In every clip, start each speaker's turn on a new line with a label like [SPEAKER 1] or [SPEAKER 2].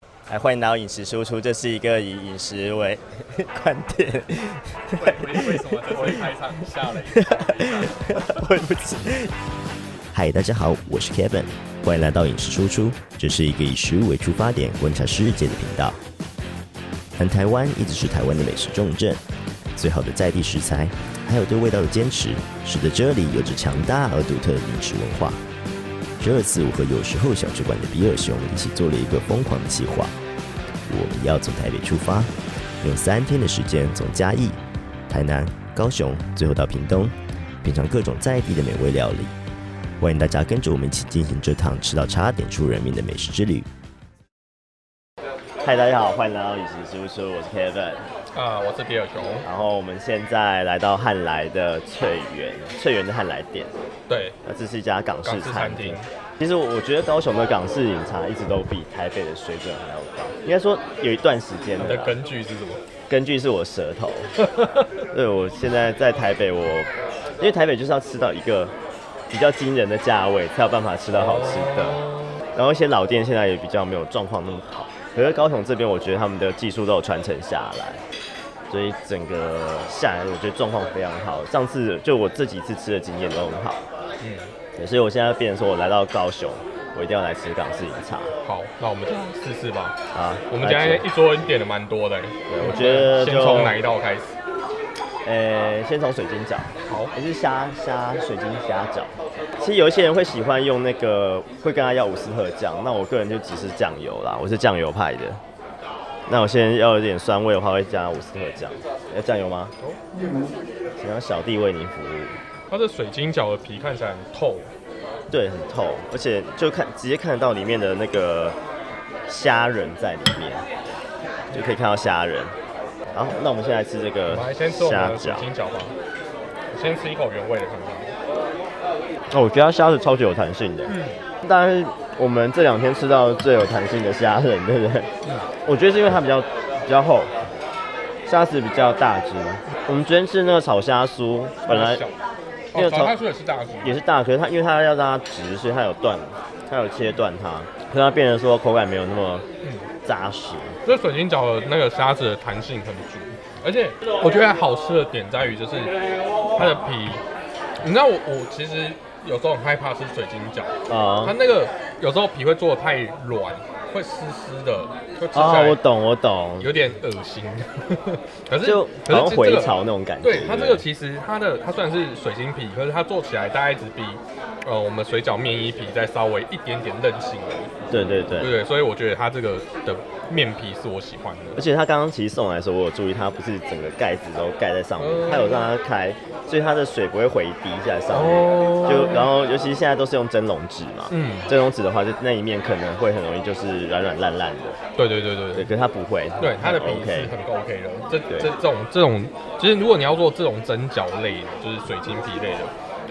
[SPEAKER 1] 来哎欢迎来到饮食输出，这是一个以饮食为 观点。
[SPEAKER 2] 为为为什么这次开场下了一个非常
[SPEAKER 1] 我也不知。啊嗨，大家好，我是 Kevin，欢迎来到饮食输出，这是一个以食物为出发点观察世界的频道。南台湾一直是台湾的美食重镇，最好的在地食材，还有对味道的坚持，使得这里有着强大而独特的饮食文化。这次我和有时候小吃馆的比尔熊一起做了一个疯狂的计划，我们要从台北出发，用三天的时间从嘉义、台南、高雄，最后到屏东，品尝各种在地的美味料理。欢迎大家跟着我们一起进行这趟吃到差点出人命的美食之旅。嗨，大家好，欢迎来到饮食叔叔，我是 Kevin。
[SPEAKER 2] 啊、我是比尔熊，
[SPEAKER 1] 然后我们现在来到汉来的翠园，翠园的汉来店，
[SPEAKER 2] 对，
[SPEAKER 1] 那这是一家港
[SPEAKER 2] 港
[SPEAKER 1] 式
[SPEAKER 2] 式
[SPEAKER 1] 餐
[SPEAKER 2] 餐
[SPEAKER 1] 厅
[SPEAKER 2] 厅。，
[SPEAKER 1] 其实我觉得高雄的港式饮茶一直都比台北的水准还要高，应该说有一段时间
[SPEAKER 2] 你
[SPEAKER 1] 了
[SPEAKER 2] 的
[SPEAKER 1] 啦。
[SPEAKER 2] 根据是什么？
[SPEAKER 1] 根据是我舌头， 对我现在在台北我，因为台北就是要吃到一个比较惊人的价位，才有办法吃到好吃的。然后一些老店现在也比较没有状况那么好，可是高雄这边我觉得他们的技术都有传承下来，所以整个下来我觉得状况非常好。上次就我这几次吃的经验都很好，
[SPEAKER 2] 嗯，
[SPEAKER 1] 对所以我现在变成说我来到高雄，我一定要来吃港式饮茶
[SPEAKER 2] 好，那我们就试试吧。
[SPEAKER 1] 啊。
[SPEAKER 2] 我们今天一桌点的蛮多的欸，
[SPEAKER 1] 对我觉得
[SPEAKER 2] 先
[SPEAKER 1] 就
[SPEAKER 2] 从哪一道开始？
[SPEAKER 1] 呃，先从水晶饺。
[SPEAKER 2] 好，
[SPEAKER 1] 还是虾虾水晶虾饺。其实有一些人会喜欢用那个，会跟他要五十克酱，那我个人就只是酱油啦，我是酱油派的。那我现在要有点酸味的话，会加五十克酱。要酱油吗？想要小弟为您服务。
[SPEAKER 2] 它这水晶饺的皮看起来很透，
[SPEAKER 1] 对，很透，而且就看直接看得到里面的那个虾仁在里面，就可以看到虾仁。好，那我们现在吃这
[SPEAKER 2] 我
[SPEAKER 1] 个
[SPEAKER 2] 们还先吃我们
[SPEAKER 1] 虾
[SPEAKER 2] 的水
[SPEAKER 1] 饺。
[SPEAKER 2] 晶饺吧。我先吃一口原味的看看。
[SPEAKER 1] 哦，我觉得它虾是超级有弹性的。
[SPEAKER 2] 嗯
[SPEAKER 1] 但是我们这两天吃到最有弹性的虾仁，对不对？
[SPEAKER 2] 嗯
[SPEAKER 1] 我觉得是因为它比较比较厚，虾子比较大只。我们昨天吃那个炒虾酥，本来
[SPEAKER 2] 小
[SPEAKER 1] 因为
[SPEAKER 2] 哦，
[SPEAKER 1] 从
[SPEAKER 2] 炒它出也是大只，
[SPEAKER 1] 也是大，可是它因为它要让它直，所以它有断，它有切断它，可是它变得说口感没有那么
[SPEAKER 2] 嗯
[SPEAKER 1] 扎实。
[SPEAKER 2] 这水晶饺的那个虾子的弹性很足，而且我觉得好吃的点在于就是它的皮，你知道我我其实有时候很害怕吃水晶饺，
[SPEAKER 1] 啊、
[SPEAKER 2] 它那个有时候皮会做的太软，会湿湿的，会吃起
[SPEAKER 1] 啊、我
[SPEAKER 2] 来
[SPEAKER 1] 懂，我懂，
[SPEAKER 2] 有点恶心。可是
[SPEAKER 1] 就
[SPEAKER 2] 可
[SPEAKER 1] 好像
[SPEAKER 2] 是这
[SPEAKER 1] 回
[SPEAKER 2] 个
[SPEAKER 1] 潮那种感觉。
[SPEAKER 2] 对它
[SPEAKER 1] 不
[SPEAKER 2] 这个其实它的它虽然是水晶皮，可是它做起来大概只比呃我们水饺面衣皮再稍微一点点韧性而已，
[SPEAKER 1] 对对对
[SPEAKER 2] 对不。对？所以我觉得它这个的面皮是我喜欢的
[SPEAKER 1] 而。且它刚刚其实送来的时候，我有注意它不是整个盖子都盖在上面，它有让它开，所以它的水不会回滴在上面。
[SPEAKER 2] 哦
[SPEAKER 1] 就然后尤其现在都是用蒸笼纸嘛，
[SPEAKER 2] 嗯
[SPEAKER 1] 蒸笼纸的话，就那一面可能会很容易就是软软烂烂的，
[SPEAKER 2] 对对对对
[SPEAKER 1] 对，
[SPEAKER 2] 对，
[SPEAKER 1] 可是它不会，
[SPEAKER 2] 对它的皮是
[SPEAKER 1] OK，
[SPEAKER 2] 很 OK 的。这
[SPEAKER 1] 对
[SPEAKER 2] 这这种这种，就是如果你要做这种蒸饺类的，就是水晶皮类的，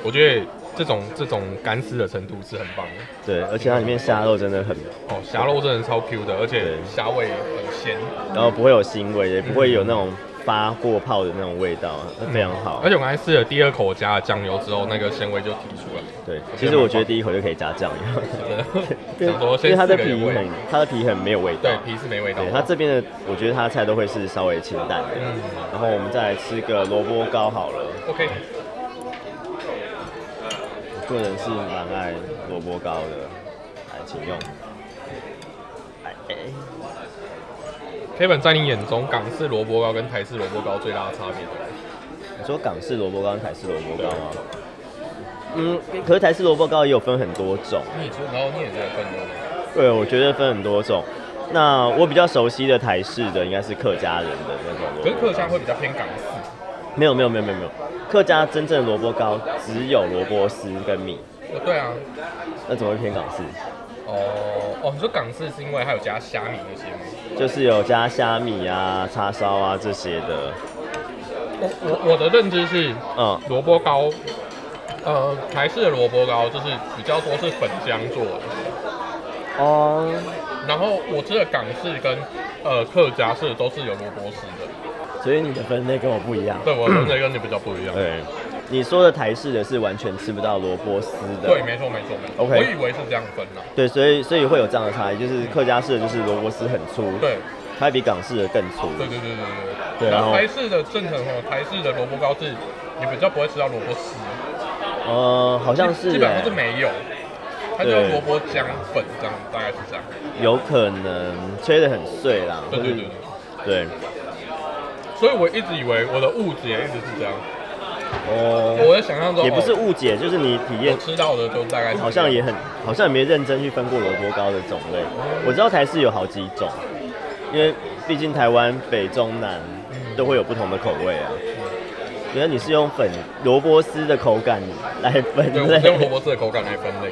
[SPEAKER 2] 我觉得这种这种干丝的程度是很棒的。
[SPEAKER 1] 对，而且它里面虾肉真的很，
[SPEAKER 2] 哦，虾肉真的超 Q 的，而且
[SPEAKER 1] 对
[SPEAKER 2] 虾味很鲜，
[SPEAKER 1] 然后不会有腥味，也不会有那种发过泡的那种味道，非常好
[SPEAKER 2] 而。且我刚才试了第二口我加了酱油之后，那个鲜味就提出来。
[SPEAKER 1] 对，
[SPEAKER 2] 我觉得
[SPEAKER 1] 其实我
[SPEAKER 2] 蛮
[SPEAKER 1] 觉得
[SPEAKER 2] 棒
[SPEAKER 1] 第一口就可以加酱油， 因
[SPEAKER 2] 真的
[SPEAKER 1] 为
[SPEAKER 2] 想说
[SPEAKER 1] 因
[SPEAKER 2] 先
[SPEAKER 1] 为它的
[SPEAKER 2] 试个
[SPEAKER 1] 皮
[SPEAKER 2] 原味
[SPEAKER 1] 很，它的皮很没有味道
[SPEAKER 2] 对，皮是没味道
[SPEAKER 1] 对，
[SPEAKER 2] 的。
[SPEAKER 1] 它这边的，我觉得它的菜都会是稍微清淡的。
[SPEAKER 2] 嗯
[SPEAKER 1] 然后我们再来吃个萝卜糕好了，
[SPEAKER 2] OK，
[SPEAKER 1] 我个人是蛮爱萝卜糕的，来，请用。哎哎，
[SPEAKER 2] Kevin 在你眼中港式萝卜糕跟台式萝卜糕最大的差别在哪里？
[SPEAKER 1] 你说港式萝卜糕跟台式萝卜糕吗？嗯，可是台式萝卜糕也有分很多种，
[SPEAKER 2] 你说，然后你也在分多吗？
[SPEAKER 1] 对，我觉得分很多种。那我比较熟悉的台式的应该是客家人的那种萝卜糕，
[SPEAKER 2] 可是客家会比较偏港式。
[SPEAKER 1] 没有没有没有没有没有，客家真正的萝卜糕只有萝卜丝跟米，
[SPEAKER 2] 哦对啊，
[SPEAKER 1] 那怎么会偏港式？
[SPEAKER 2] 哦哦，你说港式是因为还有加虾米那些吗？
[SPEAKER 1] 就是有加虾米啊、叉烧啊这些的，
[SPEAKER 2] 我我我的认知是
[SPEAKER 1] 嗯，
[SPEAKER 2] 萝卜糕，呃，台式的萝卜糕就是比较多是粉浆做的，
[SPEAKER 1] 哦，
[SPEAKER 2] 然后我吃的港式跟呃客家式都是有萝卜丝的，
[SPEAKER 1] 所以你的分类跟我不一样，
[SPEAKER 2] 对我的认知跟你比较不一样。
[SPEAKER 1] 对，你说的台式的是完全吃不到萝卜丝的，
[SPEAKER 2] 对，没错没错没错。
[SPEAKER 1] OK
[SPEAKER 2] 我以为是这样分啊的、
[SPEAKER 1] 对，所以所以会有这样的差异，就是客家式的就是萝卜丝很粗，
[SPEAKER 2] 对，
[SPEAKER 1] 它比港式的更粗，
[SPEAKER 2] 对对对对对对。
[SPEAKER 1] 对
[SPEAKER 2] 然
[SPEAKER 1] 然后
[SPEAKER 2] 后台式的正常哦，台式的萝卜糕是你比较不会吃到萝卜丝，
[SPEAKER 1] 呃，好像是、
[SPEAKER 2] 基本
[SPEAKER 1] 欸
[SPEAKER 2] 上是，没有，它叫
[SPEAKER 1] 对
[SPEAKER 2] 萝卜浆粉这样，大概是这样。
[SPEAKER 1] 有可能吹得很碎啦，
[SPEAKER 2] 对对对
[SPEAKER 1] 或
[SPEAKER 2] 对。
[SPEAKER 1] 是对，嗯
[SPEAKER 2] 所以我一直以为我的误解一直是这样，我
[SPEAKER 1] 哦，
[SPEAKER 2] 的想象中
[SPEAKER 1] 也不是
[SPEAKER 2] 哦
[SPEAKER 1] 误解，就是你体验
[SPEAKER 2] 我吃到的都大概是这样
[SPEAKER 1] 好像也很，好像也没认真去分过萝卜糕的种类。我知道台式有好几种，因为毕竟台湾北中南都会有不同的口味啊。原来你是用粉萝卜丝的口感来分
[SPEAKER 2] 对，我
[SPEAKER 1] 类
[SPEAKER 2] 是，用萝卜丝的口感来分类。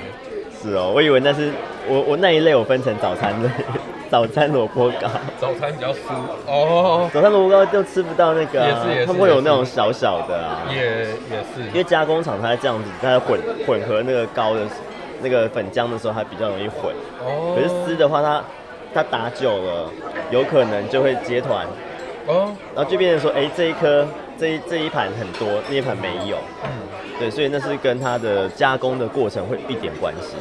[SPEAKER 1] 是哦，我以为那是我我那一类我分成早餐类， 早餐萝卜糕，
[SPEAKER 2] 早餐比较酥哦，
[SPEAKER 1] 早餐萝卜糕就吃不到那个、啊
[SPEAKER 2] 也是也，是
[SPEAKER 1] 他们会有那种小小的啊，
[SPEAKER 2] 也也
[SPEAKER 1] 因为
[SPEAKER 2] 是，
[SPEAKER 1] 加工厂它这样子，它混混合那个糕的那个粉浆的时候，它比较容易混。
[SPEAKER 2] 哦，
[SPEAKER 1] 可是丝的话，它它打久了，有可能就会结团，
[SPEAKER 2] 哦，
[SPEAKER 1] 然后就变成说，哎、这一颗这一这一盘很多，那一盘没有。对，所以那是跟它的加工的过程会有一点关系。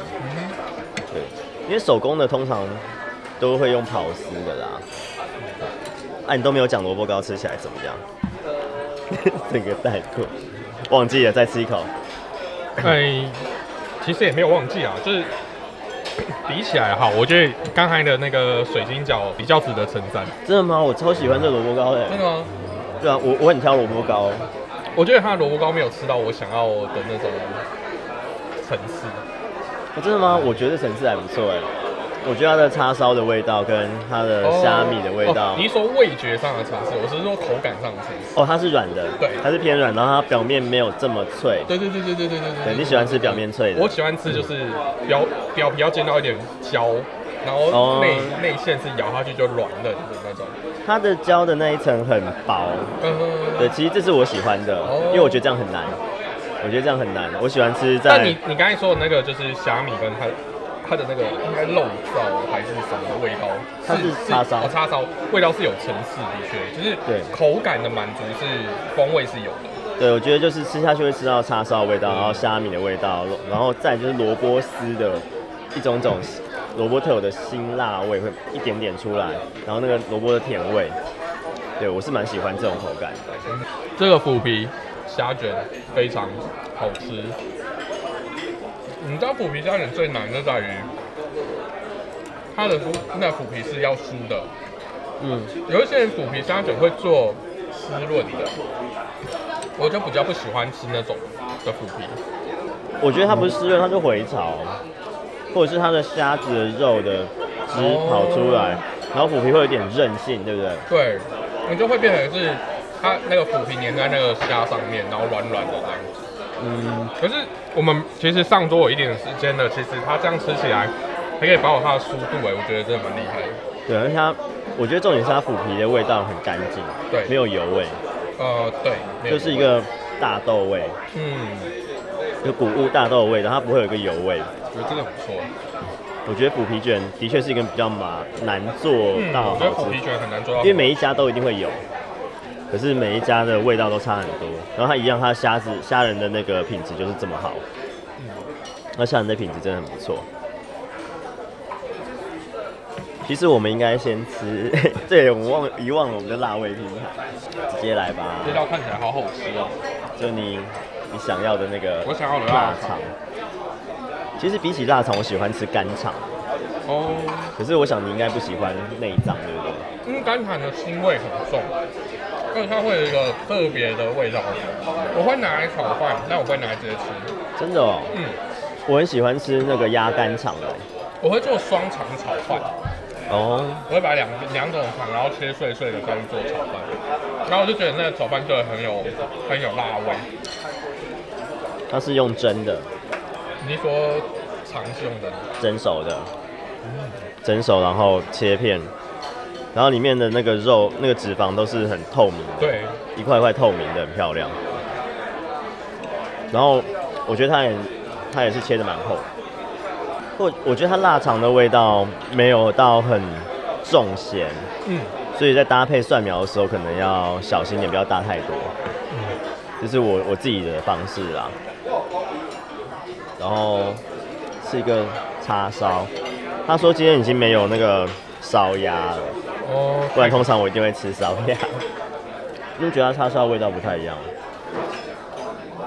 [SPEAKER 1] 对，因为手工的通常都会用刨丝的啦。啊，你都没有讲萝卜糕吃起来怎么样？ 整个带过，忘记了，再吃一口。
[SPEAKER 2] 哎，其实也没有忘记啊，就是比起来哈，我觉得刚才的那个水晶饺比较值得称赞。
[SPEAKER 1] 真的吗？我超喜欢这萝卜糕的、
[SPEAKER 2] 真的吗？
[SPEAKER 1] 对啊，我我很挑萝卜糕。
[SPEAKER 2] 我觉得它的萝卜糕没有吃到我想要的那种层次。
[SPEAKER 1] 哦真的吗？我觉得层次还不错哎，我觉得它的叉烧的味道跟它的虾米的味
[SPEAKER 2] 哦
[SPEAKER 1] 道
[SPEAKER 2] 你，是说味觉上的层次，我是说口感上的层次。
[SPEAKER 1] 哦，它是软的，
[SPEAKER 2] 对
[SPEAKER 1] 它是偏软，然后它表面没有这么脆。
[SPEAKER 2] 对对对对对对对
[SPEAKER 1] 对，你喜欢吃表面脆的？
[SPEAKER 2] 我喜欢吃就是表表皮要见到一点焦，然
[SPEAKER 1] 哦
[SPEAKER 2] 后内内馅是咬下去就软嫩的那种。
[SPEAKER 1] 它的胶的那一层很薄，
[SPEAKER 2] 嗯，
[SPEAKER 1] 对，其实这是我喜欢的，
[SPEAKER 2] 哦
[SPEAKER 1] 因为我觉得这样很难，我觉得这样很难，我喜欢吃
[SPEAKER 2] 但
[SPEAKER 1] 在
[SPEAKER 2] 你你刚才说的那个就是虾米跟它它的那个应该肉燥还是什么的味道，
[SPEAKER 1] 它是叉烧
[SPEAKER 2] 哦叉烧味道是有层次，的确就是
[SPEAKER 1] 对
[SPEAKER 2] 口感的满足是风味是有的。
[SPEAKER 1] 对，我觉得就是吃下去会吃到叉烧的味道，然后虾米的味道，然后再就是萝卜丝的一种种萝卜特有的辛辣味会一点点出来，然后那个萝卜的甜味，对我是蛮喜欢这种口感的。
[SPEAKER 2] 这个腐皮虾卷非常好吃。你知道腐皮虾卷最难就在于它的腐那腐皮是要酥的，
[SPEAKER 1] 嗯，
[SPEAKER 2] 有一些人腐皮虾卷会做湿润的，我就比较不喜欢吃那种的腐皮。
[SPEAKER 1] 我觉得它不是湿润，它就回潮，或者是它的虾子的肉的汁跑出来，然后腐皮会有点韧性，对不对？
[SPEAKER 2] 对，你就会变成是它那个腐皮粘在那个虾上面，然后软软的这样子。
[SPEAKER 1] 嗯，
[SPEAKER 2] 可是我们其实上桌有一点时间了，其实它这样吃起来，还可以把我它的酥度哎、我觉得真的蛮厉害的。
[SPEAKER 1] 对，而且它，我觉得重点是它腐皮的味道很干净，
[SPEAKER 2] 对
[SPEAKER 1] 没有油味，
[SPEAKER 2] 呃，对，没有
[SPEAKER 1] 就是一个大豆味。
[SPEAKER 2] 嗯，
[SPEAKER 1] 有谷物大豆的味道，它不会有一个油味。
[SPEAKER 2] 我觉得真的不错。
[SPEAKER 1] 我觉得腐皮卷的确是一个比较麻难做
[SPEAKER 2] 嗯，
[SPEAKER 1] 到
[SPEAKER 2] 我觉得
[SPEAKER 1] 好吃
[SPEAKER 2] 腐皮，卷很难做到，
[SPEAKER 1] 因为每一家都一定会有，可是每一家的味道都差很多。然后它一样，它虾子虾仁的那个品质就是这么好，
[SPEAKER 2] 嗯
[SPEAKER 1] 那虾仁的品质真的很不错。其实我们应该先吃， 对，我们忘遗忘了我们的辣味拼盘，直接来吧，
[SPEAKER 2] 这道看起来好好吃哦。
[SPEAKER 1] 就你你想要的那个
[SPEAKER 2] 我想要的
[SPEAKER 1] 腊
[SPEAKER 2] 腊
[SPEAKER 1] 肠
[SPEAKER 2] 肠。
[SPEAKER 1] 其实比起腊肠，我喜欢吃干肠，
[SPEAKER 2] 哦，
[SPEAKER 1] 可是我想你应该不喜欢内脏，对不对？
[SPEAKER 2] 因为甘蔗嗯的腥味很重，而且它会有一个特别的味道。我会拿来炒饭，但我不会拿来直接吃。
[SPEAKER 1] 真的哦，
[SPEAKER 2] 嗯，
[SPEAKER 1] 我很喜欢吃那个鸭肝肠哎的。
[SPEAKER 2] 我会做双肠炒饭，
[SPEAKER 1] 哦，
[SPEAKER 2] 我会把两两种肠然后切碎碎的再去做炒饭，然后我就觉得那个炒饭就很有很有辣味。
[SPEAKER 1] 它是用蒸的，
[SPEAKER 2] 你是说肠是用的，
[SPEAKER 1] 蒸熟的，蒸熟然后切片，然后里面的那个肉、那个脂肪都是很透明的，
[SPEAKER 2] 对，
[SPEAKER 1] 一块一块透明的，很漂亮。然后我觉得它也它也是切的蛮厚，我我觉得它腊肠的味道没有到很重咸，
[SPEAKER 2] 嗯，
[SPEAKER 1] 所以在搭配蒜苗的时候可能要小心点，不要搭太多。这是我我自己的方式啦。然后是一个叉烧，他说今天已经没有那个烧鸭了，
[SPEAKER 2] 哦，
[SPEAKER 1] 不然通常我一定会吃烧鸭。因为觉得它叉烧味道不太一样，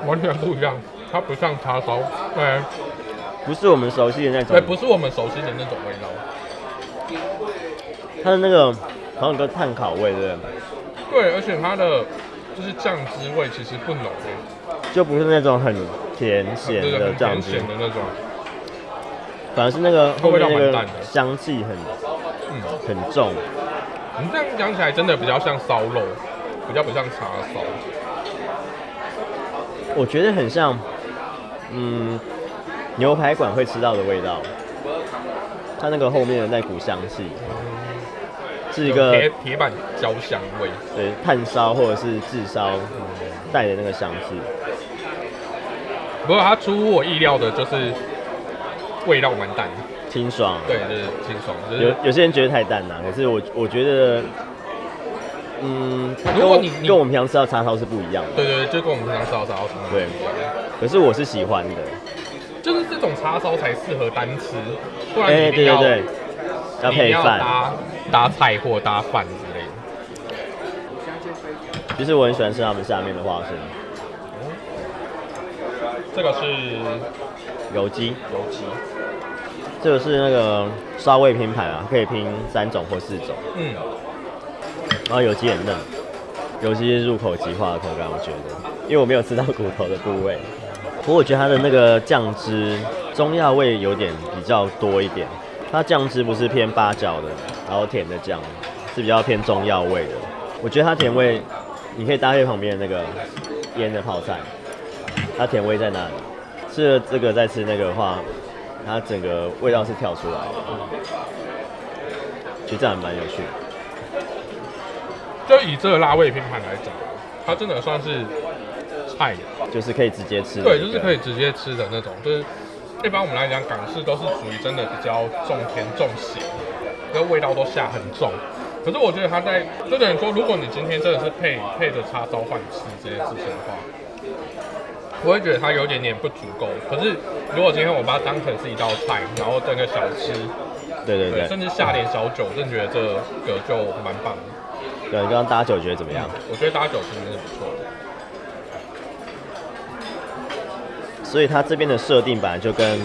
[SPEAKER 2] 完全不一样，它不像叉烧，哎、
[SPEAKER 1] 不是我们熟悉的那种，
[SPEAKER 2] 哎，不是我们熟悉的那种味道。
[SPEAKER 1] 它的那个好像有个炭烤味，对不对？
[SPEAKER 2] 对，而且它的就是酱汁味其实不浓诶，
[SPEAKER 1] 就不是那种很甜咸
[SPEAKER 2] 对
[SPEAKER 1] 的
[SPEAKER 2] 很
[SPEAKER 1] 酱
[SPEAKER 2] 甜
[SPEAKER 1] 汁
[SPEAKER 2] 咸，的那种。
[SPEAKER 1] 反而是那个后
[SPEAKER 2] 味
[SPEAKER 1] 面
[SPEAKER 2] 道
[SPEAKER 1] 那
[SPEAKER 2] 蛮
[SPEAKER 1] 个
[SPEAKER 2] 淡的
[SPEAKER 1] 香气很
[SPEAKER 2] 嗯，
[SPEAKER 1] 很重。
[SPEAKER 2] 你这样讲起来真的比较像烧肉，比较不像叉烧。
[SPEAKER 1] 我觉得很像，嗯，牛排馆会吃到的味道，它那个后面的那股香气，是一个
[SPEAKER 2] 有铁铁板焦香味，
[SPEAKER 1] 对炭烧或者是炙烧带的那个香气。
[SPEAKER 2] 不过它出乎我意料的就是味道蛮淡的，
[SPEAKER 1] 清爽。
[SPEAKER 2] 对，就是清爽，就
[SPEAKER 1] 有
[SPEAKER 2] 是
[SPEAKER 1] 有些人觉得太淡了，可是我我觉得，嗯，它跟
[SPEAKER 2] 如果
[SPEAKER 1] 我
[SPEAKER 2] 你你
[SPEAKER 1] 跟我们平常吃到叉烧是不一样的，
[SPEAKER 2] 对对对，就跟我们平常烧烧什么
[SPEAKER 1] 对可是我是喜欢的。
[SPEAKER 2] 就是这种叉烧才适合单吃，不然
[SPEAKER 1] 哎、
[SPEAKER 2] 你一
[SPEAKER 1] 对
[SPEAKER 2] 定
[SPEAKER 1] 对
[SPEAKER 2] 要
[SPEAKER 1] 对，要
[SPEAKER 2] 你一定
[SPEAKER 1] 配
[SPEAKER 2] 要
[SPEAKER 1] 饭。
[SPEAKER 2] 搭搭菜或搭饭之类的。
[SPEAKER 1] 其实我很喜欢吃他们下面的花生
[SPEAKER 2] 这个是
[SPEAKER 1] 油鸡，
[SPEAKER 2] 油鸡，
[SPEAKER 1] 这个是那个烧味拼盘啊，可以拼三种或四种，
[SPEAKER 2] 嗯，
[SPEAKER 1] 然后油鸡很嫩，油鸡是入口即化的口感，我觉得，因为我没有吃到骨头的部位。不过我觉得它的那个酱汁中药味有点比较多一点，它酱汁不是偏八角的，然后甜的酱是比较偏中药味的。我觉得它甜味，你可以搭配旁边的那个腌的泡菜，它甜味在那里。吃了这个再吃那个的话，它整个味道是跳出来的，其实这样还蛮有趣的。
[SPEAKER 2] 就以这个辣味拼盘来讲，它真的算是菜，
[SPEAKER 1] 就是可以直接吃的一个。
[SPEAKER 2] 对，就是可以直接吃的那种，就是一般我们来讲港式都是属于真的比较重甜重咸，那味道都下很重。可是我觉得它在，就等于说，如果你今天真的是配配着叉烧饭吃这件事情的话，我会觉得它有一点点不足够。可是如果今天我把它当成是一道菜，然后整个小吃，
[SPEAKER 1] 对对
[SPEAKER 2] 对，
[SPEAKER 1] 对。
[SPEAKER 2] 甚至下点小酒，真的觉得这个就蛮棒的。
[SPEAKER 1] 对，你刚刚搭酒觉得怎么样？
[SPEAKER 2] 我觉得搭酒真的是不错的。
[SPEAKER 1] 所以它这边的设定本来就跟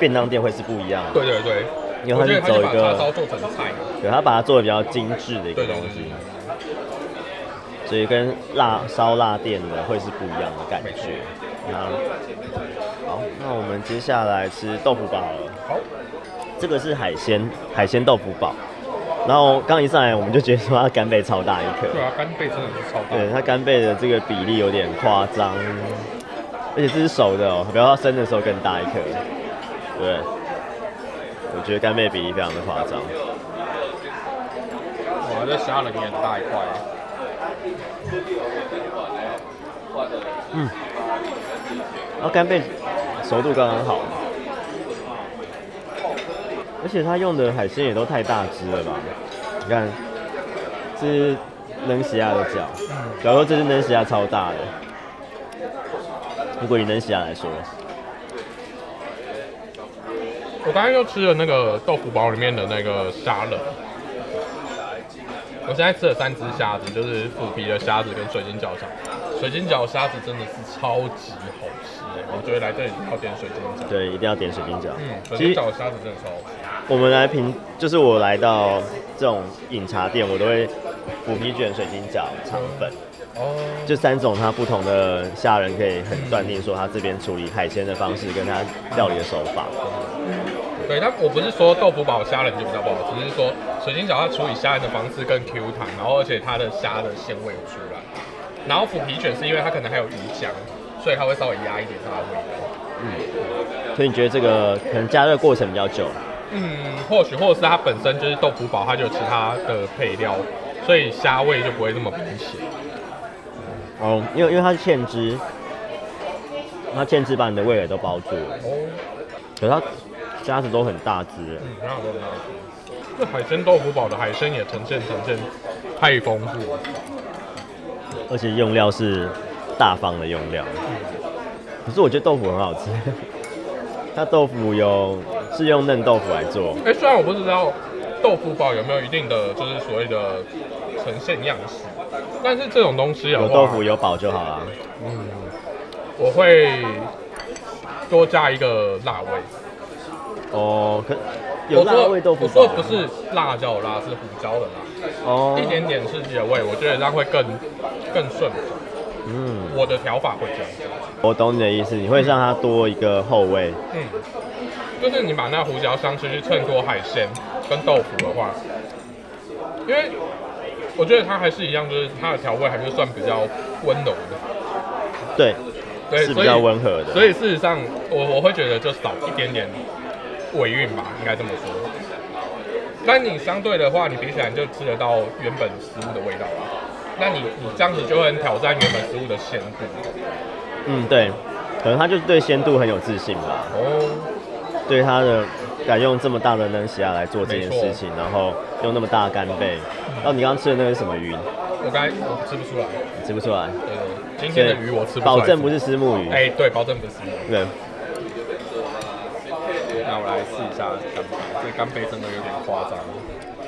[SPEAKER 1] 便当店会是不一样的，
[SPEAKER 2] 对对对，
[SPEAKER 1] 因
[SPEAKER 2] 我
[SPEAKER 1] 为它是走
[SPEAKER 2] 觉得他就
[SPEAKER 1] 一
[SPEAKER 2] 把叉烧
[SPEAKER 1] 个，
[SPEAKER 2] 做成菜嘛。
[SPEAKER 1] 对，它把它做的比较精致的一个
[SPEAKER 2] 对对
[SPEAKER 1] 东
[SPEAKER 2] 对
[SPEAKER 1] 西，
[SPEAKER 2] 对，
[SPEAKER 1] 所以跟辣烧腊店的会是不一样的感觉。那好，那我们接下来吃豆腐堡好了。
[SPEAKER 2] 好，
[SPEAKER 1] 这个是海鲜海鲜豆腐堡，然后刚一上来我们就觉得说它干贝超大一颗，
[SPEAKER 2] 对啊，干贝真的是超棒。
[SPEAKER 1] 对它干贝的这个比例有点夸张，而且这是熟的哦，不要到生的时候更大一颗。对，我觉得干贝比例非常的夸张。
[SPEAKER 2] 哇，这虾仁也很大一块。欸
[SPEAKER 1] 然后啊干贝熟度刚刚好，而且它用的海鲜也都太大只了吧？你看，这是能西亚的脚，假如说这只能西亚超大的，如果以能西亚来说，
[SPEAKER 2] 我刚才又吃了那个豆腐包里面的那个虾仁。我现在吃了三只虾子，就是腐皮的虾子跟水晶饺虾。水晶饺虾子真的是超级好吃哎、我觉得来这里要点水晶饺。
[SPEAKER 1] 对，一定要点水晶饺。
[SPEAKER 2] 嗯，水
[SPEAKER 1] 其
[SPEAKER 2] 晶
[SPEAKER 1] 实
[SPEAKER 2] 饺虾子真的超好吃。
[SPEAKER 1] 我们来评，就是我来到这种饮茶店，我都会腐皮卷、水晶饺、肠粉，
[SPEAKER 2] 哦，
[SPEAKER 1] 就三种它不同的虾仁，可以很断定说它这边处理海鲜的方式跟它料理的手法。
[SPEAKER 2] 对，但我不是说豆腐煲虾仁就比较不好，只是说水晶饺它处理虾仁的方式更 Q 弹，然后而且它的虾的鲜味有出来。然后腐皮卷是因为它可能还有鱼浆，所以它会稍微压一点它的味道。
[SPEAKER 1] 所以你觉得这个可能加热过程比较久，
[SPEAKER 2] 嗯，或许或者是它本身就是豆腐煲，它就有其他的配料，所以虾味就不会那么明显。
[SPEAKER 1] 哦，因为因为它是芡汁，它芡汁把你的味蕾都包住了，
[SPEAKER 2] 哦，
[SPEAKER 1] 可是它虾子都很大只，
[SPEAKER 2] 嗯，那我蛮好吃。这海鲜豆腐煲的海参也呈现呈现太丰富了，
[SPEAKER 1] 而且用料是大方的用料。可是我觉得豆腐很好吃， 它豆腐有是用嫩豆腐来做，
[SPEAKER 2] 哎、虽然我不知道豆腐堡有没有一定的就是所谓的呈现样式，但是这种东西啊，
[SPEAKER 1] 有豆腐有宝就好啊啦。
[SPEAKER 2] 我会多加一个辣味。
[SPEAKER 1] 哦，可有
[SPEAKER 2] 我说
[SPEAKER 1] 辣味豆腐
[SPEAKER 2] 我说
[SPEAKER 1] 堡啊吗，
[SPEAKER 2] 不是辣椒的辣，是胡椒的辣，
[SPEAKER 1] 哦
[SPEAKER 2] 一点点刺激的味，我觉得这样会更更顺口。
[SPEAKER 1] 嗯，
[SPEAKER 2] 我的调法会这样。
[SPEAKER 1] 我懂你的意思，你会让它多一个后味，
[SPEAKER 2] 嗯，就是你把那胡椒香去衬托海鲜跟豆腐的话，因为我觉得它还是一样，就是它的调味还是算比较温柔的，
[SPEAKER 1] 对，
[SPEAKER 2] 对，
[SPEAKER 1] 是比
[SPEAKER 2] 所以
[SPEAKER 1] 较温和的。
[SPEAKER 2] 所以事实上，我我会觉得就少一点点尾韵吧，应该这么说。但你相对的话，你比起来你就吃得到原本食物的味道了。那你你这样子就会很挑战原本食物的鲜度
[SPEAKER 1] 嗯，对，可能他就是对鲜度很有自信吧，
[SPEAKER 2] 哦。
[SPEAKER 1] 对他的敢用这么大的嫩虾来做这件
[SPEAKER 2] 没错
[SPEAKER 1] 事情，然后用那么大的干贝。然后你刚刚吃的那个是什么鱼？你
[SPEAKER 2] 我该我吃不出来，
[SPEAKER 1] 吃不出来。
[SPEAKER 2] 对对，今天的鱼我吃不出来。
[SPEAKER 1] 保证不是石目鱼。
[SPEAKER 2] 哎、对，保证不是。
[SPEAKER 1] 对，
[SPEAKER 2] 那我来试一下干杯，这干杯真的有点夸张。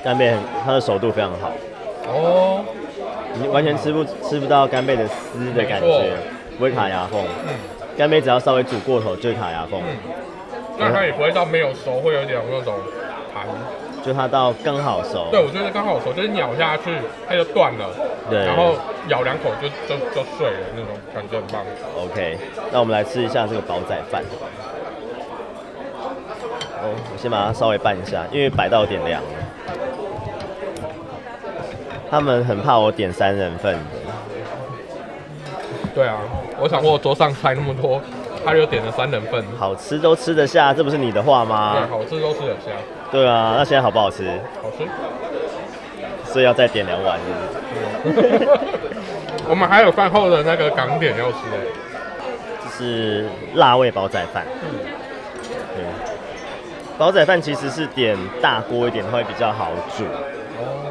[SPEAKER 1] 干贝很，它的熟度非常好，
[SPEAKER 2] 哦，
[SPEAKER 1] 你完全吃不吃不到干贝的丝的感
[SPEAKER 2] 没
[SPEAKER 1] 觉
[SPEAKER 2] 错，嗯
[SPEAKER 1] 不会卡牙缝。干贝只要稍微煮过头就会卡牙缝，
[SPEAKER 2] 那它也不会到没有熟，会有点那种弹。
[SPEAKER 1] 就它到刚好熟。
[SPEAKER 2] 对，我觉得刚好熟，就是咬下去它就断了，
[SPEAKER 1] 对
[SPEAKER 2] 然后咬两口就就就碎了那种，感觉很棒。
[SPEAKER 1] OK，那我们来吃一下这个煲仔饭。哦，我先把它稍微拌一下，因为摆到有点凉了。他们很怕我点三人份的，
[SPEAKER 2] 对啊，我想过我桌上菜那么多，他就点了三人份。
[SPEAKER 1] 好吃都吃得下，这不是你的话
[SPEAKER 2] 对，
[SPEAKER 1] 吗？
[SPEAKER 2] 好吃都吃得下，
[SPEAKER 1] 对啊，那现在好不好吃？
[SPEAKER 2] 好吃。
[SPEAKER 1] 所以要再点两碗是不是
[SPEAKER 2] 我们还有饭后的那个港点要吃哎、
[SPEAKER 1] 这是辣味煲仔饭。对，煲仔饭其实是点大锅一点会比较好煮，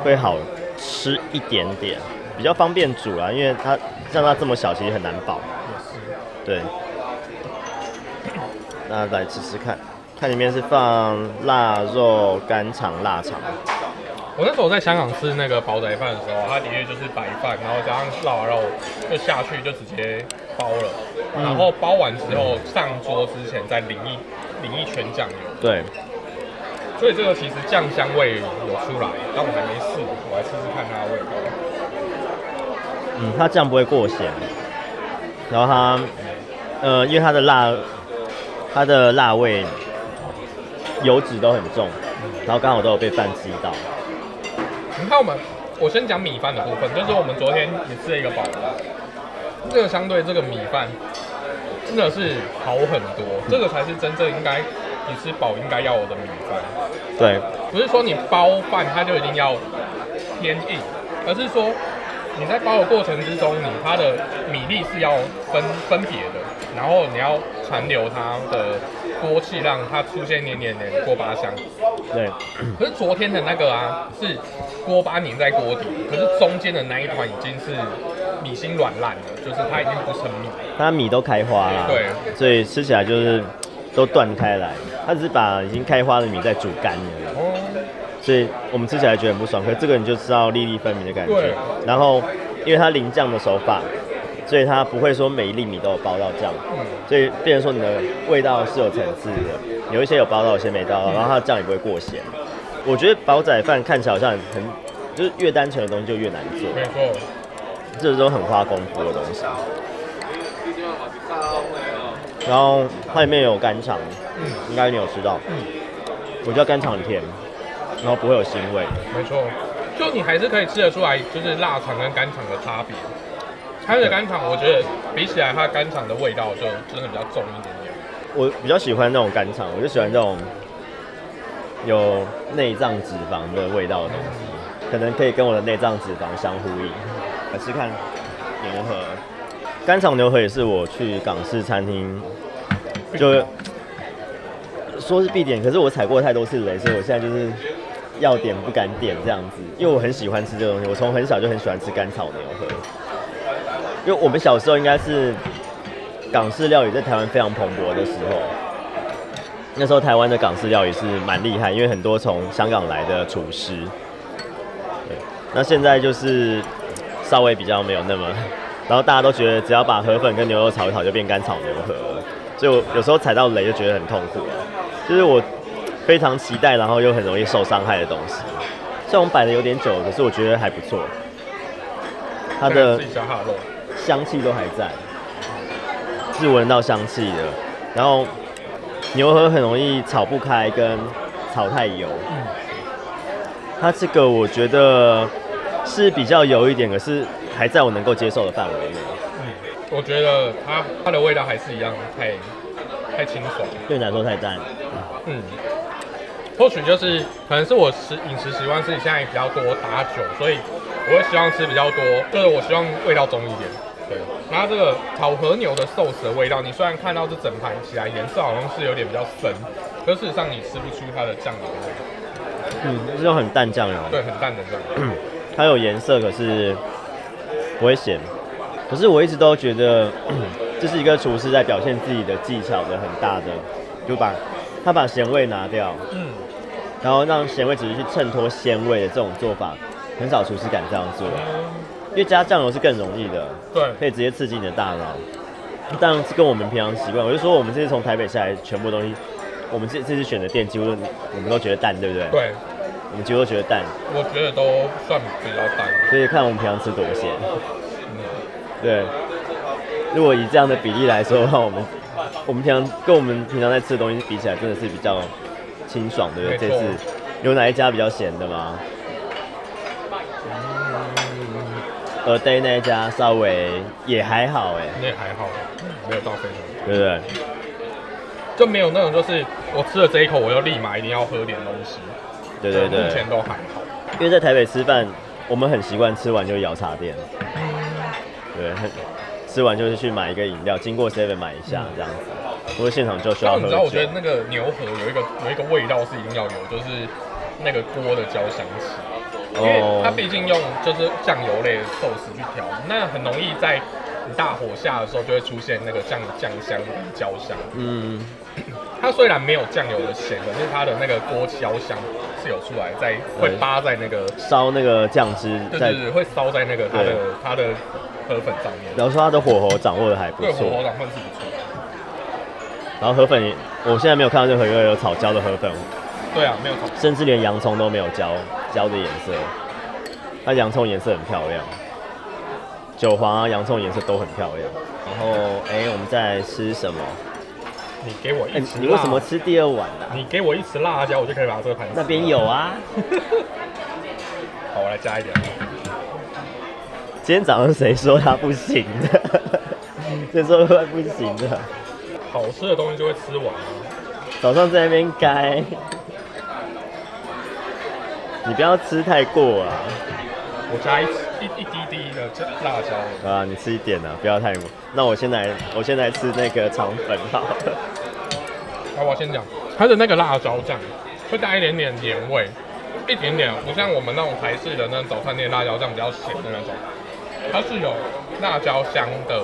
[SPEAKER 1] 会好吃一点点，比较方便煮啦，啊因为它像它这么小，其实很难保。对，那来吃吃看，看里面是放腊肉、干肠、腊肠。
[SPEAKER 2] 我那时候在香港吃那个煲仔饭的时候，它的确就是白饭，然后加上腊肉，就下去就直接包了，然后包完之后上桌之前再淋一淋一圈酱油，
[SPEAKER 1] 对，
[SPEAKER 2] 所以这个其实酱香味有出来，但我还没试，我来试试看它的味道。
[SPEAKER 1] 嗯，它酱不会过咸，然后它，呃，因为它的辣，它的辣味，油脂都很重，然后刚好都有被饭激到。
[SPEAKER 2] 你看我们，我先讲米饭的部分，就是我们昨天也吃了一个煲，这个相对这个米饭真的是好很多，这个才是真正应该你吃饱应该要有的米饭。
[SPEAKER 1] 对，
[SPEAKER 2] 不是说你包饭它就一定要偏硬，而是说你在包的过程之中，你它的米粒是要分分别的，然后你要残留它的锅气，让它出现一点点点锅巴香。
[SPEAKER 1] 对，
[SPEAKER 2] 可是昨天的那个啊，是锅巴粘在锅底，可是中间的那一团已经是米心软烂了，就是它已经不成米。
[SPEAKER 1] 它米都开花了，
[SPEAKER 2] 对
[SPEAKER 1] 所以吃起来就是都断开来。它只是把已经开花的米再煮干了，
[SPEAKER 2] 哦，
[SPEAKER 1] 所以我们吃起来觉得很不爽。可是这个你就知道粒粒分明的感觉
[SPEAKER 2] 对。
[SPEAKER 1] 然后，因为它淋酱的手法，所以它不会说每一粒米都有包到酱。
[SPEAKER 2] 嗯，
[SPEAKER 1] 所以变成说你的味道是有层次的，有一些有包到，有些没包到，然后它的酱也不会过咸。我觉得煲仔饭看起来好像很，就是越单纯的东西就越难做，
[SPEAKER 2] 没错。
[SPEAKER 1] 这种很花功夫的东西。然后它里面有干肠，
[SPEAKER 2] 嗯，
[SPEAKER 1] 应该你有吃到，我觉得干肠很甜，然后不会有腥味，
[SPEAKER 2] 没错，就你还是可以吃得出来，就是腊肠跟干肠的差别。它的干肠，我觉得比起来，它干肠的味道就真的比较重一点点。
[SPEAKER 1] 我比较喜欢那种干肠，我就喜欢这种有内脏脂肪的味道的东西，可能可以跟我的内脏脂肪相呼应。来吃看牛河，干肠牛河也是我去港式餐厅就说是必点，可是我踩过太多次雷，所以我现在就是要点不敢点这样子，因为我很喜欢吃这个东西，我从很小就很喜欢吃干炒牛河。因为我们小时候应该是港式料理在台湾非常蓬勃的时候，那时候台湾的港式料理是蛮厉害，因为很多从香港来的厨师。对，那现在就是稍微比较没有那么，然后大家都觉得只要把河粉跟牛肉炒一炒就变干炒牛河了，所以我有时候踩到雷就觉得很痛苦了，就是我非常期待，然后又很容易受伤害的东西。虽然我们摆的有点久，可是我觉得还不错，它的
[SPEAKER 2] 自己加哈肉，
[SPEAKER 1] 香气都还在，是闻到香气的。然后牛河很容易炒不开，跟炒太油。它这个我觉得是比较油一点，可是还在我能够接受的范围内。
[SPEAKER 2] 我觉得它它的味道还是一样，太太清爽。
[SPEAKER 1] 对你来说太淡，
[SPEAKER 2] 嗯，或许就是可能是我食饮食习惯是现在比较多打酒，所以我会希望吃比较多，就是我希望味道重一点。对，然后这个炒和牛的寿司的味道，你虽然看到这整盘起来颜色好像是有点比较深，可是事实上你吃不出它的酱油味，
[SPEAKER 1] 嗯，就是用很淡酱油。
[SPEAKER 2] 对，很淡的酱油。
[SPEAKER 1] 它有颜色，可是不会咸。可是我一直都觉得， 这是一个厨师在表现自己的技巧的很大的，就把他把咸味拿掉，
[SPEAKER 2] 嗯，
[SPEAKER 1] 然后让咸味只是去衬托鲜味的这种做法，很少厨师敢这样做，因为加酱油是更容易的，
[SPEAKER 2] 对，
[SPEAKER 1] 可以直接刺激你的大脑。当然是跟我们平常习惯，我就说我们这次从台北下来，全部东西，我们这这次选的店几乎都我们都觉得淡，对不对？，
[SPEAKER 2] 对，
[SPEAKER 1] 我们几乎都觉得淡，
[SPEAKER 2] 我觉得都算比较淡。
[SPEAKER 1] 所以看我们平常吃多咸。
[SPEAKER 2] 嗯，
[SPEAKER 1] 对，如果以这样的比例来说的话，我们我们平常跟我们平常在吃的东西比起来，真的是比较清爽，对不对？
[SPEAKER 2] 没
[SPEAKER 1] 这
[SPEAKER 2] 错
[SPEAKER 1] 次有哪一家比较咸的吗？
[SPEAKER 2] 嗯
[SPEAKER 1] 呃，day 那一家稍微也还好哎，
[SPEAKER 2] 那也还好，嗯没有到非常。
[SPEAKER 1] 对不对？
[SPEAKER 2] 就没有那种就是我吃了这一口，我就立马一定要喝点东西。
[SPEAKER 1] 对对
[SPEAKER 2] 目
[SPEAKER 1] 对
[SPEAKER 2] 前，都还好。
[SPEAKER 1] 因为在台北吃饭，我们很习惯吃完就摇茶店，
[SPEAKER 2] 嗯
[SPEAKER 1] 对，很吃完就是去买一个饮料，经过 seven 买一下这样子，不过现场就需要啊喝
[SPEAKER 2] 嗯但你知道，我
[SPEAKER 1] 酒
[SPEAKER 2] 觉。得那个牛河有一个有一个味道是一定要有，就是那个锅的焦香气，
[SPEAKER 1] 哦
[SPEAKER 2] 因为它毕竟用就是酱油类的寿司去调，那很容易在你大火下的时候就会出现那个酱酱香跟焦香。
[SPEAKER 1] 嗯，
[SPEAKER 2] 它虽然没有酱油的咸，可是它的那个锅焦香是有出来在会
[SPEAKER 1] 对
[SPEAKER 2] 扒在那个，
[SPEAKER 1] 烧那个酱汁
[SPEAKER 2] 对
[SPEAKER 1] 在
[SPEAKER 2] 对对，会烧在那个它的
[SPEAKER 1] 对
[SPEAKER 2] 它的河粉上面。
[SPEAKER 1] 然后说他的火候掌握的还不
[SPEAKER 2] 对火
[SPEAKER 1] 错
[SPEAKER 2] 候，掌控是不错的。
[SPEAKER 1] 然后河粉也，我现在没有看到任何一个有炒焦的河粉，
[SPEAKER 2] 对啊，没有错。
[SPEAKER 1] 甚至连洋葱都没有焦焦的颜色。它洋葱颜色很漂亮，韭黄啊、洋葱颜色都很漂亮。然后，哎，我们再来吃什么？
[SPEAKER 2] 你给我一
[SPEAKER 1] 哎，
[SPEAKER 2] 匙
[SPEAKER 1] 你为什
[SPEAKER 2] 辣
[SPEAKER 1] 么吃第二碗啊？
[SPEAKER 2] 你给我一匙辣椒，我就可以把这个盘子。
[SPEAKER 1] 那边有。啊。
[SPEAKER 2] 好，我来加一点。
[SPEAKER 1] 今天早上谁说它不行的？ 谁说它不行的？
[SPEAKER 2] 好吃的东西就会吃完啊。
[SPEAKER 1] 早上在那边该，你不要吃太过啊。
[SPEAKER 2] 我加一一一滴滴的这辣椒，
[SPEAKER 1] 啊，你吃一点啊，不要太猛。那我先来，我先来吃那个肠粉好了。
[SPEAKER 2] 那我先讲，它的那个辣椒酱会带一点点盐味，一点点，不像我们那种台式的那种早餐店辣椒酱比较咸的那种，它是有辣椒香的，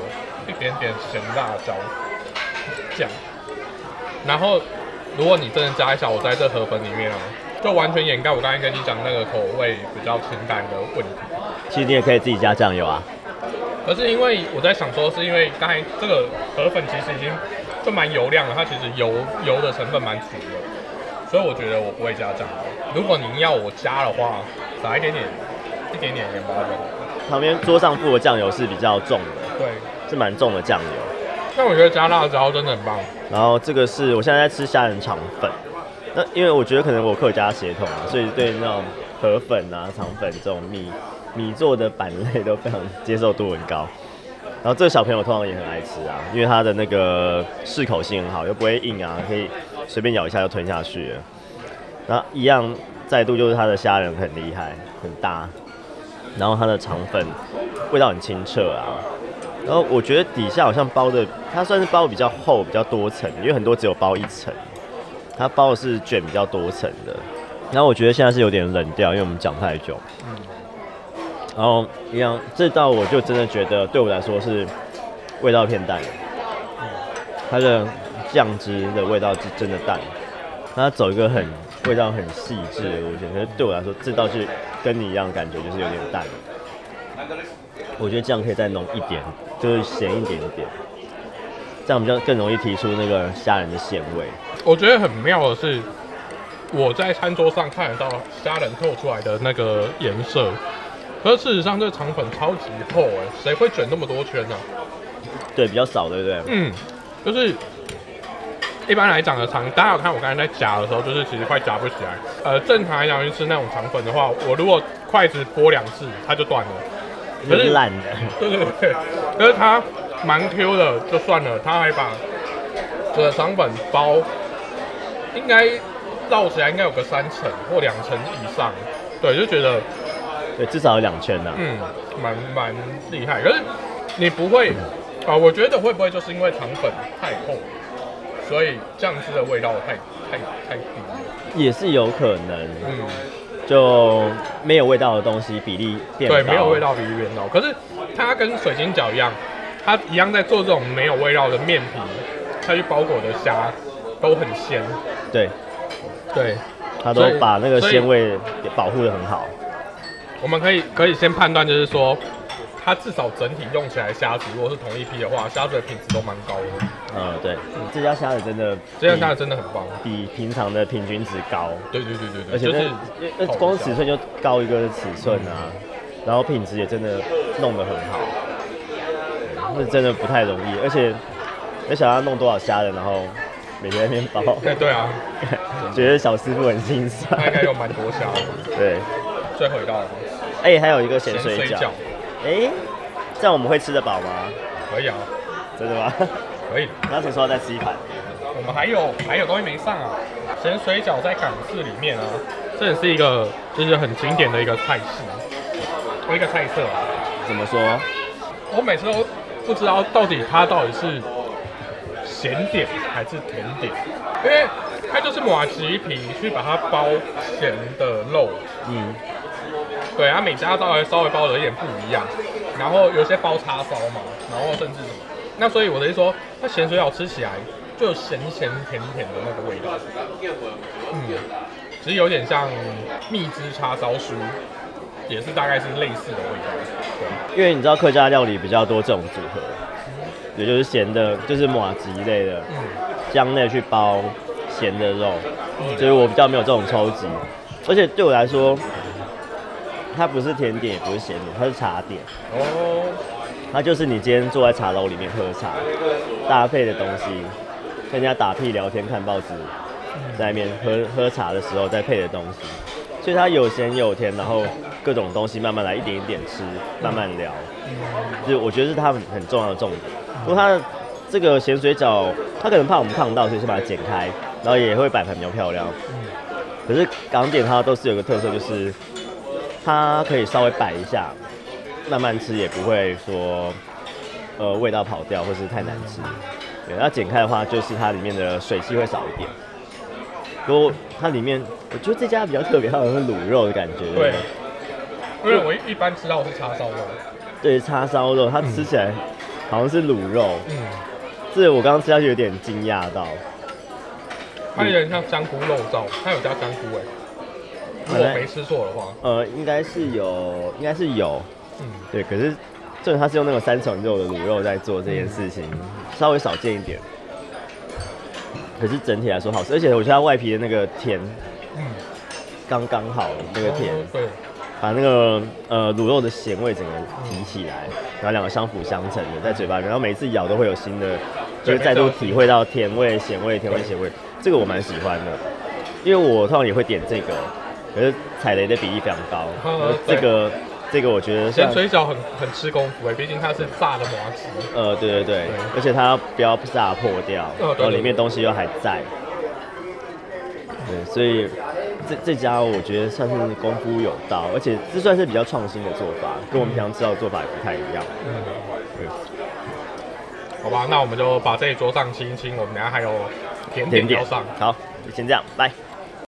[SPEAKER 2] 一点点咸辣椒酱，然后如果你真的加一下，我在这河粉里面啊，就完全掩盖我刚才跟你讲那个口味比较清淡的问题。
[SPEAKER 1] 其实你也可以自己加酱油啊。
[SPEAKER 2] 可是因为我在想说，是因为刚才这个河粉其实已经就蛮油亮了，它其实油油的成分蛮足的，所以我觉得我不会加酱油。如果您要我加的话，撒一点点，一点点盐巴就好。
[SPEAKER 1] 旁边桌上附的酱油是比较重的，
[SPEAKER 2] 对，
[SPEAKER 1] 是蛮重的酱油。
[SPEAKER 2] 但我觉得加辣椒真的很棒。
[SPEAKER 1] 然后这个是我现在在吃虾仁肠粉，那因为我觉得可能我客家血统啊，所以对那种河粉啊、肠粉这种米米做的板类都非常接受度很高。然后这个小朋友通常也很爱吃啊，因为它的那个适口性很好，又不会硬啊，可以随便咬一下就吞下去了。然后一样再度就是它的虾仁很厉害，很大，然后它的肠粉味道很清澈啊。然后我觉得底下好像包的，它算是包得比较厚、比较多层，因为很多只有包一层，它包的是卷比较多层的。然后我觉得现在是有点冷掉，因为我们讲太久。然后一样，这道我就真的觉得对我来说是味道偏淡的，它的酱汁的味道是真的淡，它走一个很味道很细致的路线，可是对我来说这道是跟你一样感觉就是有点淡了。我觉得酱可以再浓一点，就是咸一点点，这样比较更容易提出那个虾仁的鲜味。
[SPEAKER 2] 我觉得很妙的是，我在餐桌上看得到虾仁透出来的那个颜色，可是事实上这肠粉超级厚哎、谁会卷那么多圈呢、啊？
[SPEAKER 1] 对，比较少，对不对？
[SPEAKER 2] 嗯，就是一般来讲的肠，大家有看我刚才在夹的时候，就是其实快夹不起来。呃，正常来讲去吃那种肠粉的话，我如果筷子拨两次它就断了，可
[SPEAKER 1] 就是
[SPEAKER 2] 是
[SPEAKER 1] 烂的，
[SPEAKER 2] 对对对，可是它蛮 Q 的，就算了，它还把这个肠粉包应该绕起来应该有个三层或两层以上，对，就觉得
[SPEAKER 1] 对，至少有两圈啊呐、
[SPEAKER 2] 嗯，蛮蛮厉害。可是你不会啊、我觉得会不会就是因为肠粉太厚，所以酱汁的味道太太太低了？
[SPEAKER 1] 也是有可能，
[SPEAKER 2] 嗯，
[SPEAKER 1] 就没有味道的东西比例变高，
[SPEAKER 2] 对，没有味，道比面道。可是它跟水晶饺一样，它一样在做这种没有味道的面皮，它去包裹的虾都很鲜。
[SPEAKER 1] 对，
[SPEAKER 2] 对，
[SPEAKER 1] 它都
[SPEAKER 2] 所以
[SPEAKER 1] 把那个
[SPEAKER 2] 所以
[SPEAKER 1] 鲜味给保护的很好，
[SPEAKER 2] 我们可以可以先判断，就是说。它至少整体用起来虾子，如果是同一批的话，虾子的品质都蛮高的。
[SPEAKER 1] 嗯，对，这家虾子真的比，
[SPEAKER 2] 这样虾子真的很棒。
[SPEAKER 1] 比平常的平均值高，
[SPEAKER 2] 嗯对对对对对，
[SPEAKER 1] 而且
[SPEAKER 2] 就是
[SPEAKER 1] 那那光尺寸就高一个尺寸啊，然后品质也真的弄得很好，那真的不太容易，而且没想到弄多少虾的，然后每天在那边 包，
[SPEAKER 2] 哎，对啊，
[SPEAKER 1] 觉得小师傅很心酸
[SPEAKER 2] 他，应该有蛮多虾的。
[SPEAKER 1] 对，
[SPEAKER 2] 最后一道
[SPEAKER 1] 哎、还有一个咸
[SPEAKER 2] 咸
[SPEAKER 1] 水
[SPEAKER 2] 水
[SPEAKER 1] 饺
[SPEAKER 2] 饺，，
[SPEAKER 1] 哎、这样我们会吃得饱吗？
[SPEAKER 2] 可以啊，
[SPEAKER 1] 真的吗？
[SPEAKER 2] 可以的。
[SPEAKER 1] 那谁说要再吃一盘？
[SPEAKER 2] 我们还有还有东西没上啊，咸水饺在港式里面啊，这也是一个就是很经典的一个菜系，一个菜色啊。
[SPEAKER 1] 怎么说？
[SPEAKER 2] 我每次都不知道到底它到底是咸点还是甜点，因为它就是马吉皮去把它包咸的肉，
[SPEAKER 1] 嗯，
[SPEAKER 2] 对，它每家稍微稍微包的有点不一样，然后有些包叉烧嘛，然后甚至什么，那所以我的意思说，它咸水饺吃起来就有咸咸甜甜的那个味道，嗯，其实有点像蜜汁叉烧酥，也是大概是类似的味道，对，
[SPEAKER 1] 因为你知道客家料理比较多这种组合，也就是咸的，就是马吉类的，
[SPEAKER 2] 嗯
[SPEAKER 1] 姜类去包咸的肉，
[SPEAKER 2] 嗯
[SPEAKER 1] 所以我比较没有这种抽集。而且对我来说，它不是甜点，也不是咸点，它是茶点，
[SPEAKER 2] 哦，
[SPEAKER 1] 它就是你今天坐在茶楼里面喝茶搭配的东西，跟人家打屁聊天、看报纸，
[SPEAKER 2] 嗯
[SPEAKER 1] 在那边喝喝茶的时候再配的东西。所以它有咸有甜，然后各种东西慢慢来，一点一点吃，慢慢聊。就是我觉得是它很很重要的重点。不过它的这个咸水饺，它可能怕我们烫到，所以先把它剪开，然后也会摆盘比较漂亮。可是港点它都是有个特色，就是它可以稍微摆一下，慢慢吃也不会说呃味道跑掉或是太难吃。对，那剪开的话，就是它里面的水汽会少一点。不过它里面，我觉得这家比较特别，它有那个卤肉的感觉。
[SPEAKER 2] 对，因为我一般吃到的是叉烧肉，
[SPEAKER 1] 对，叉烧肉，它吃起来好像是卤肉，
[SPEAKER 2] 嗯，
[SPEAKER 1] 这我刚刚吃下去有点惊讶到。
[SPEAKER 2] 它有点像香菇肉燥，它有加香菇哎、如果没吃错的话，
[SPEAKER 1] 呃，应该是有，应该是有，
[SPEAKER 2] 嗯，
[SPEAKER 1] 对，可是重点它是用那种三层肉的卤肉在做这件事情，稍微少见一点。可是整体来说好吃，而且我觉得它外皮的那个甜
[SPEAKER 2] 嗯，
[SPEAKER 1] 刚刚好，那个甜
[SPEAKER 2] 哦对，
[SPEAKER 1] 把那个呃卤肉的咸味整个提起来，然后两个相辅相成的在嘴巴里面，然后每一次咬都会有新的，就
[SPEAKER 2] 对
[SPEAKER 1] 是再度体会到甜味、咸味、甜味、咸味，这个我蛮喜欢的，因为我通常也会点这个，可是踩雷的比例非常高，
[SPEAKER 2] 嗯
[SPEAKER 1] 然后这个这个我觉得
[SPEAKER 2] 咸
[SPEAKER 1] 算
[SPEAKER 2] 水饺很很吃功夫哎、毕竟它是炸的麻糬，
[SPEAKER 1] 呃对对对
[SPEAKER 2] 对，
[SPEAKER 1] 而且它不要炸破掉，
[SPEAKER 2] 嗯对
[SPEAKER 1] 然后里面东西又还在，对，所以这这家我觉得算是功夫有道，而且这算是比较创新的做法，跟我们平常知道的做法也不太一样。
[SPEAKER 2] 嗯，好吧，那我们就把这一桌上清一清，我们等一下还有甜点要上。
[SPEAKER 1] 好，就先这样，拜。